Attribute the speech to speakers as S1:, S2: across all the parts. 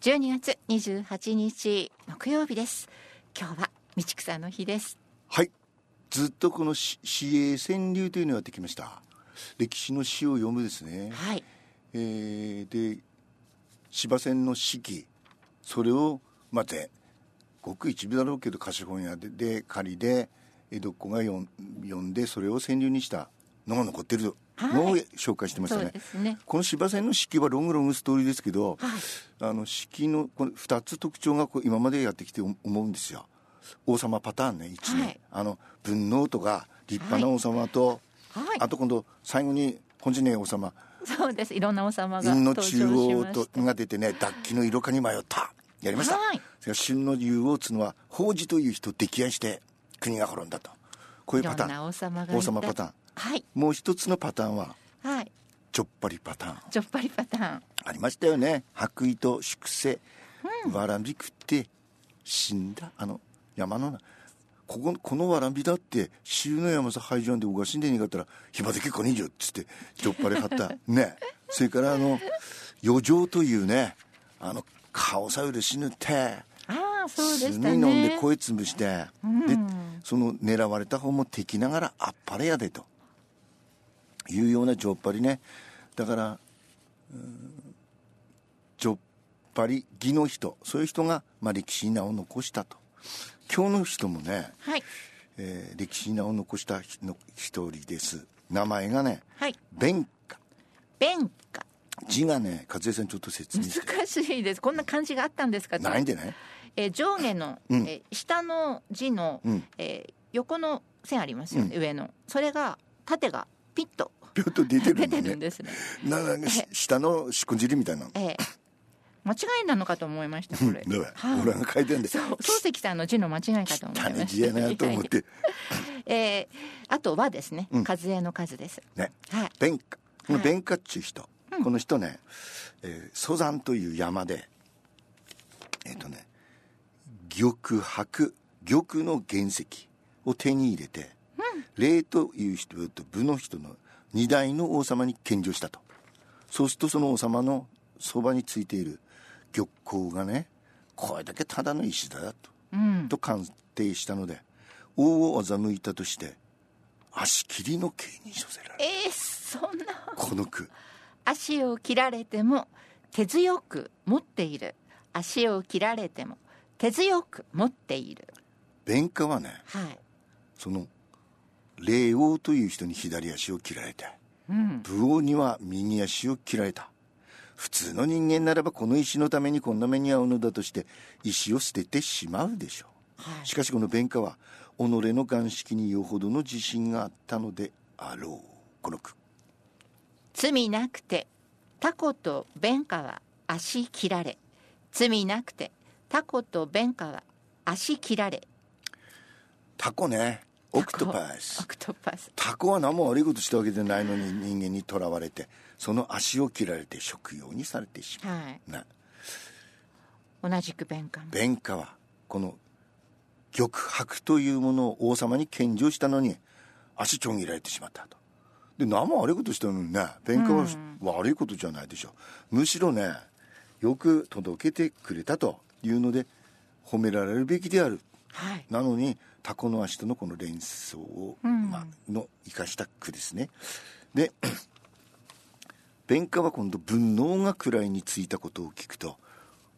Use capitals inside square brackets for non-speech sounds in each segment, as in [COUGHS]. S1: 12月28日木曜日です今日は道草の日です
S2: はいずっとこのし市営川柳というのをやってきました歴史の詩を読むですね、
S1: はい
S2: えーで芝線の四季それをまてごく一部だろうけど貸本屋でで仮で江戸っ子が読ん読んでそれを川柳にしたのが残ってるのを
S1: はい
S2: 紹介してました
S1: そう
S2: ね、
S1: ですね
S2: この芝線の四季はロングロングストーリーですけど、あの四季のこの2つ特徴がこう今までやってきて思うんですよ王様パターンね一年、
S1: はい
S2: あの文能とか立派な王様と、
S1: はい
S2: あと今度最後に本陣ね王様
S1: そうですいろんな王様が
S2: 院の
S1: 登場し
S2: 中央
S1: ま
S2: と
S1: した
S2: が出てね脱旗の色化に迷ったやりました、
S1: はい
S2: それから春の竜王っつうのは法治という人を溺愛して国が滅んだとこうい
S1: いうろ
S2: パ
S1: ん
S2: タ
S1: な
S2: ーン
S1: 王様がいた
S2: 王様パターン
S1: はい
S2: もう一つのパターンは
S1: はい
S2: ちょっぱりパターン
S1: ちょっぱりパターン
S2: ありましたよね白衣と粛清、わらび食って死んだあの山のなこここのわらびだって死ぬ山さ廃城なんでおかしいんでねえかったら暇で結構ねえじゃんっつってちょっぱれ張ったねそれからあの余剰というねあの顔さより死ぬって
S1: ああそうで
S2: 死
S1: した
S2: ぬ
S1: ね
S2: 飲んで声潰して、でその狙われた方も敵ながらあっぱれやでというようなちょっぱりねだからうんちょっぱり義の人そういう人が、まあ、歴史に名を残したと今日の人もね、
S1: はい
S2: えー歴史に名を残した人の一人です名前がね
S1: はい
S2: 弁家
S1: 弁か
S2: 字がね和江さんちょっと説明して
S1: 難しいですこんな漢字があったんですかと
S2: ないんでね
S1: えー上下の、
S2: うん
S1: えー下の字の、
S2: うん
S1: えー横の線ありますよね、上のそれが縦がピッと
S2: ぴょっと出てる
S1: 出
S2: ん
S1: て
S2: だよ
S1: る
S2: ね
S1: んですね、
S2: なんかし下のしこじりみたいなの
S1: [COUGHS] えー間違いなのかと思いましたこれ、
S2: だから、
S1: はい
S2: 俺が書いてんで
S1: そう漱石さんの字の間違いかと思いま
S2: 種
S1: し
S2: 字や
S1: た
S2: なと思っ、
S1: [LAUGHS]
S2: て
S1: えーあとはですね
S2: うん
S1: 数えの数です、
S2: ね
S1: はい
S2: 弁家この
S1: はい
S2: 弁家っちゅう人、この人ね、えー、蘇山という山でえっ、とね玉白玉の原石を手に入れて、霊という人と部の人の二代の王様に献上したとそうするとその王様のそばについている玉光がねこれだけただの石だよと
S1: うん、
S2: と鑑定したので王を欺いたとして足切りの刑に処せられる
S1: えーそんな
S2: この句
S1: 足を切られても手強く持っている足を切られても手強く持っている
S2: 弁家はね
S1: はい、
S2: その霊王という人に左足を切られて
S1: うん、
S2: 武王には右足を切られた普通の人間ならばこの石のためにこんな目に遭うのだとして石を捨ててしまうでしょ
S1: は
S2: うしかしこの弁家は己の眼色によほどの自信があったのであろうこの句
S1: 罪なくてタコと弁カは足切られ罪なくてタコと弁カは足切られ
S2: タコねオクトパス
S1: オクトパス
S2: タコは何も悪いことしたわけじゃないのに人間にとらわれてその足を切られて食用にされてしま
S1: はいう
S2: な
S1: 同じく弁カも
S2: 弁家はこの玉白というものを王様に献上したのに足ちょん切られてしまったとで何も悪いことしたのにね弁家は悪いことじゃないでしょう、むしろねよく届けてくれたというので褒められるべきである
S1: はい
S2: なのにタコの足とのこの連想を、
S1: うん
S2: まあの生かした句ですね。で [CLEARS THROAT] 弁家は今度文能が位についたことを聞くと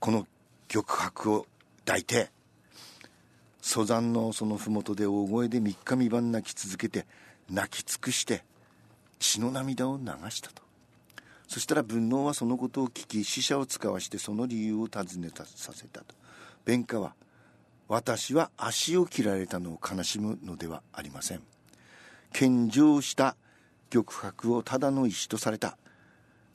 S2: この玉白を抱いて蘇山のその麓で大声で三日三晩泣き続けて泣き尽くして血の涙を流したと。そしたら文能はそのことを聞き死者を使わしてその理由を尋ねたさせたと弁家は私は足を切られたのを悲しむのではありません献上した玉白をただの石とされた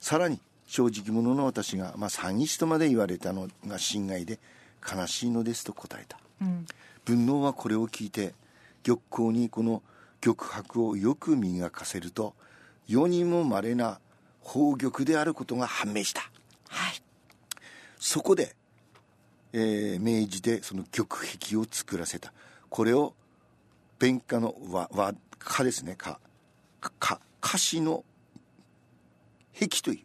S2: さらに正直者の私が、まあ、詐欺師とまで言われたのが心外で悲しいのですと答えた
S1: うん
S2: 文能はこれを聞いて玉光にこの玉白をよく磨かせると世にも稀な宝玉であることが判明した
S1: はい
S2: そこで、えー明治でその玉壁を作らせたこれを弁家の和和家ですね家かか家氏の壁という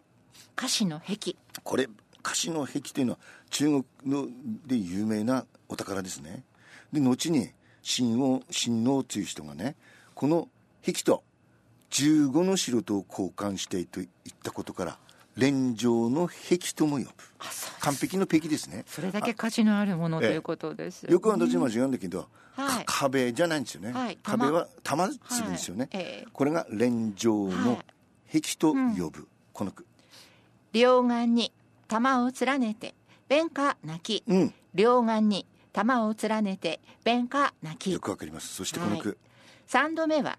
S1: 歌詞の壁
S2: これ菓子の壁というのは中国ので有名なお宝ですねで後に秦王秦王という人がねこの壁と15の城とを交換していと言ったことから連城の壁とも呼ぶ
S1: あそう
S2: 完璧の壁ですね
S1: それだけ価値のあるものということです。
S2: よくはどっちも違うんだけど、
S1: はい
S2: か壁じゃないんですよね、
S1: はい
S2: 壁は玉
S1: はい
S2: 粒ですよね、
S1: ええ
S2: これが連城の壁と呼ぶ、この句
S1: 両岸に玉を連ねて弁下泣き。
S2: うん
S1: 両岸に玉を連ねて弁下泣き
S2: よ。くわかりますそしてこの句、
S1: 三度目は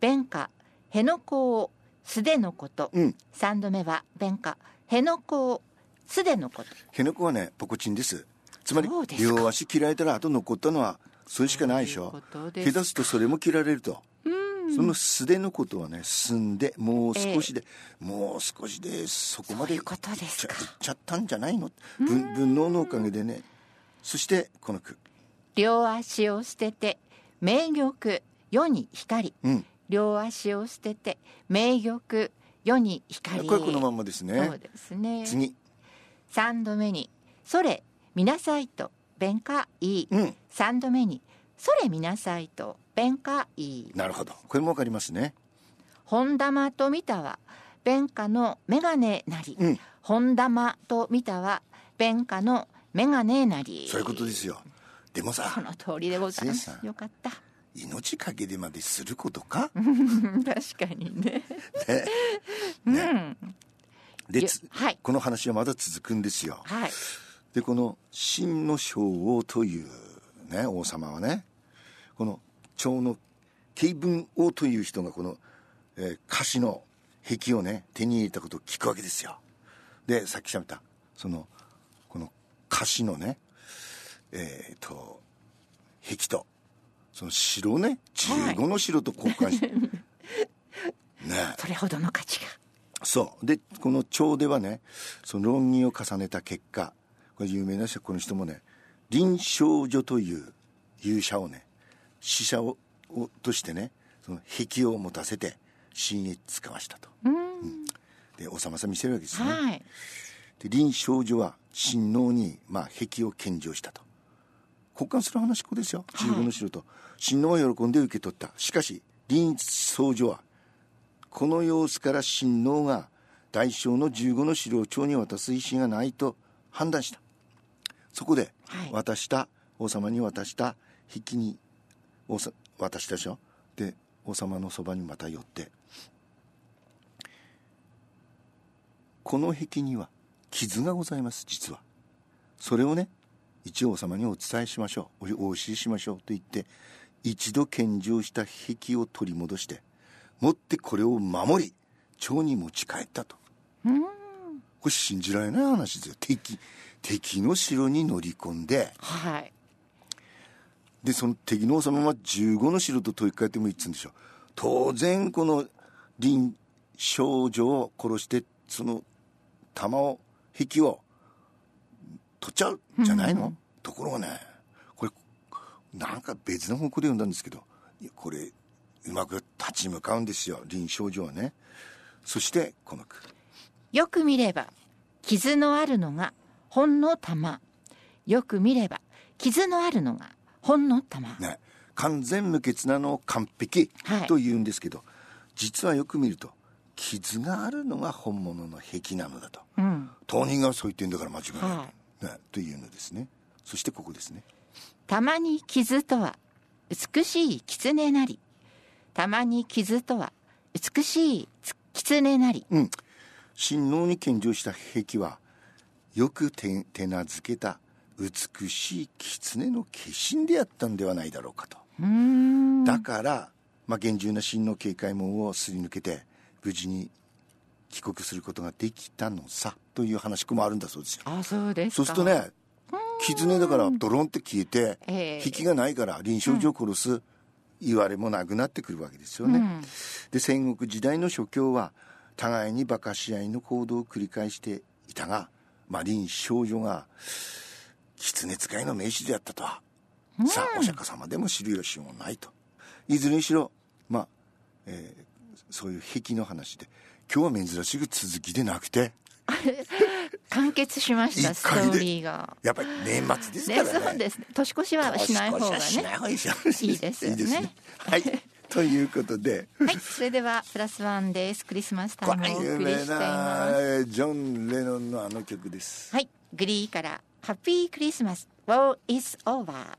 S1: 弁下辺野古を素手のこと。
S2: うん
S1: 三度目は弁下辺野古を素手のこと。
S2: 辺野古はねポコチンですつまり
S1: そうですか
S2: 両足切られたらあと残ったのはそれしかないでしょ
S1: そういうことです
S2: 下手すとそれも切られるとその素手のことはね進んでもう少しで、もう少しでそこま
S1: そ
S2: で
S1: ういうことですか
S2: いっちゃいっちゃったんじゃないの分分能のおかげでねそしてこの句
S1: 両足を捨てて名玉世に光。
S2: うん
S1: 両足を捨てて名玉世に光。
S2: これはこのまんまですね
S1: そうですね。
S2: 次
S1: 3度目に「それ見なさいと弁解いい」
S2: うん
S1: 3度目に「それ見なさいと弁解いい
S2: なるほどこれもわかりますね」
S1: 「本玉と見たは弁解の眼鏡なり」
S2: うん
S1: 本玉と見たは弁解の眼鏡なり」
S2: そういうことですよでも
S1: こ
S2: さ
S1: の通りでございま
S2: 先
S1: す
S2: 生
S1: よかった [LAUGHS]
S2: 命かけでまですることか
S1: 確かにね
S2: ねねで
S1: よ
S2: つ
S1: はい
S2: この話はまだ続くんですよ
S1: はい
S2: でこの秦の将王という、ね、王様はねこの趙の慶文王という人がこの、えー、菓子の壁をね手に入れたことを聞くわけですよでさっき喋ったそのこの菓子のねえっ、と壁とその城をね15の城と交換して、ねえ
S1: それほどの価値が
S2: そうでこの朝ではねその論議を重ねた結果これ有名な人この人もね臨床所という勇者をね死者ををとしてねその壁を持たせて死に使わしたと、うんでおさまさ見せるわけですね、
S1: はい
S2: で臨床所は親王に、まあ、壁を献上したと交換する話こですよ中国の城と親王は喜んで受け取ったしかし臨床所はこの様子から親王が大小の15の城を長に渡す意思がないと判断したそこで
S1: はい
S2: 渡した、王様に渡した壁に王さ渡したでしょで王様のそばにまた寄ってこの壁には傷がございます実はそれをね一応王様にお伝えしましょうおお教えしましょうと言って一度献上した壁を取り戻して持ってこれを守り蝶に持ち帰ったとこれ信じられない話ですよ敵敵の城に乗り込んで
S1: はい
S2: でその敵の王様は15の城と取り替えてもいいっつうんでしょ当然この林少女を殺してその玉を壁を取っちゃうじゃないの、ところがねこれなんか別の方向で読んだんですけどいやこれうまく立ち向かうんですよ林少女はねそしてこの句
S1: よく見れば傷のあるのがほんの玉よく見れば傷のあるのがほんの玉、
S2: ね、完全無欠なのを完璧
S1: はい
S2: と言うんですけど、実はよく見ると傷があるのが本物の壁なのだと
S1: うん、
S2: 当人がそう言ってんだから間違いない、
S1: は
S2: ね、というのですねそしてここですね
S1: たまに傷とは美しい狐なりたまに傷とは美しい狐なり
S2: 親王に献上した壁はよく手手なずけた美しい狐の化身であったんではないだろうかと
S1: うーん
S2: だから、まあ、厳重な親王警戒門をすり抜けて無事に帰国することができたのさという話もあるんだそうですよ
S1: あそうですか
S2: そうするとね狐だからドロンって消えて、
S1: ええ
S2: 引きがないから臨床上殺す言われもなくなってくるわけですよね、で戦国時代の諸教は互いに馬鹿し合いの行動を繰り返していたが、まあ、臨床上が狐使いの名手であったとは、さあお釈迦様でも知る由もないといずれにしろまあ、えーそういう壁の話で今日は珍しく続きでなくて
S1: 完結しました
S2: 一
S1: スト
S2: 回
S1: ー
S2: で
S1: リーが。
S2: やっぱり年末ですか
S1: ね、
S2: ら
S1: そ
S2: ね
S1: う [LAUGHS] ですね。年越しはしない方が
S2: 少しはし
S1: ね
S2: な。い方がいいですよ
S1: いいですよね [LAUGHS]
S2: はいということで
S1: はい、それではプラスワンです。クリスマスタイ
S2: こ
S1: ム
S2: れ
S1: をお
S2: 有
S1: 送りして
S2: 名
S1: います。
S2: なジョン・レノンのあの曲です
S1: はい、グリーからハッピークリスマス。War is over。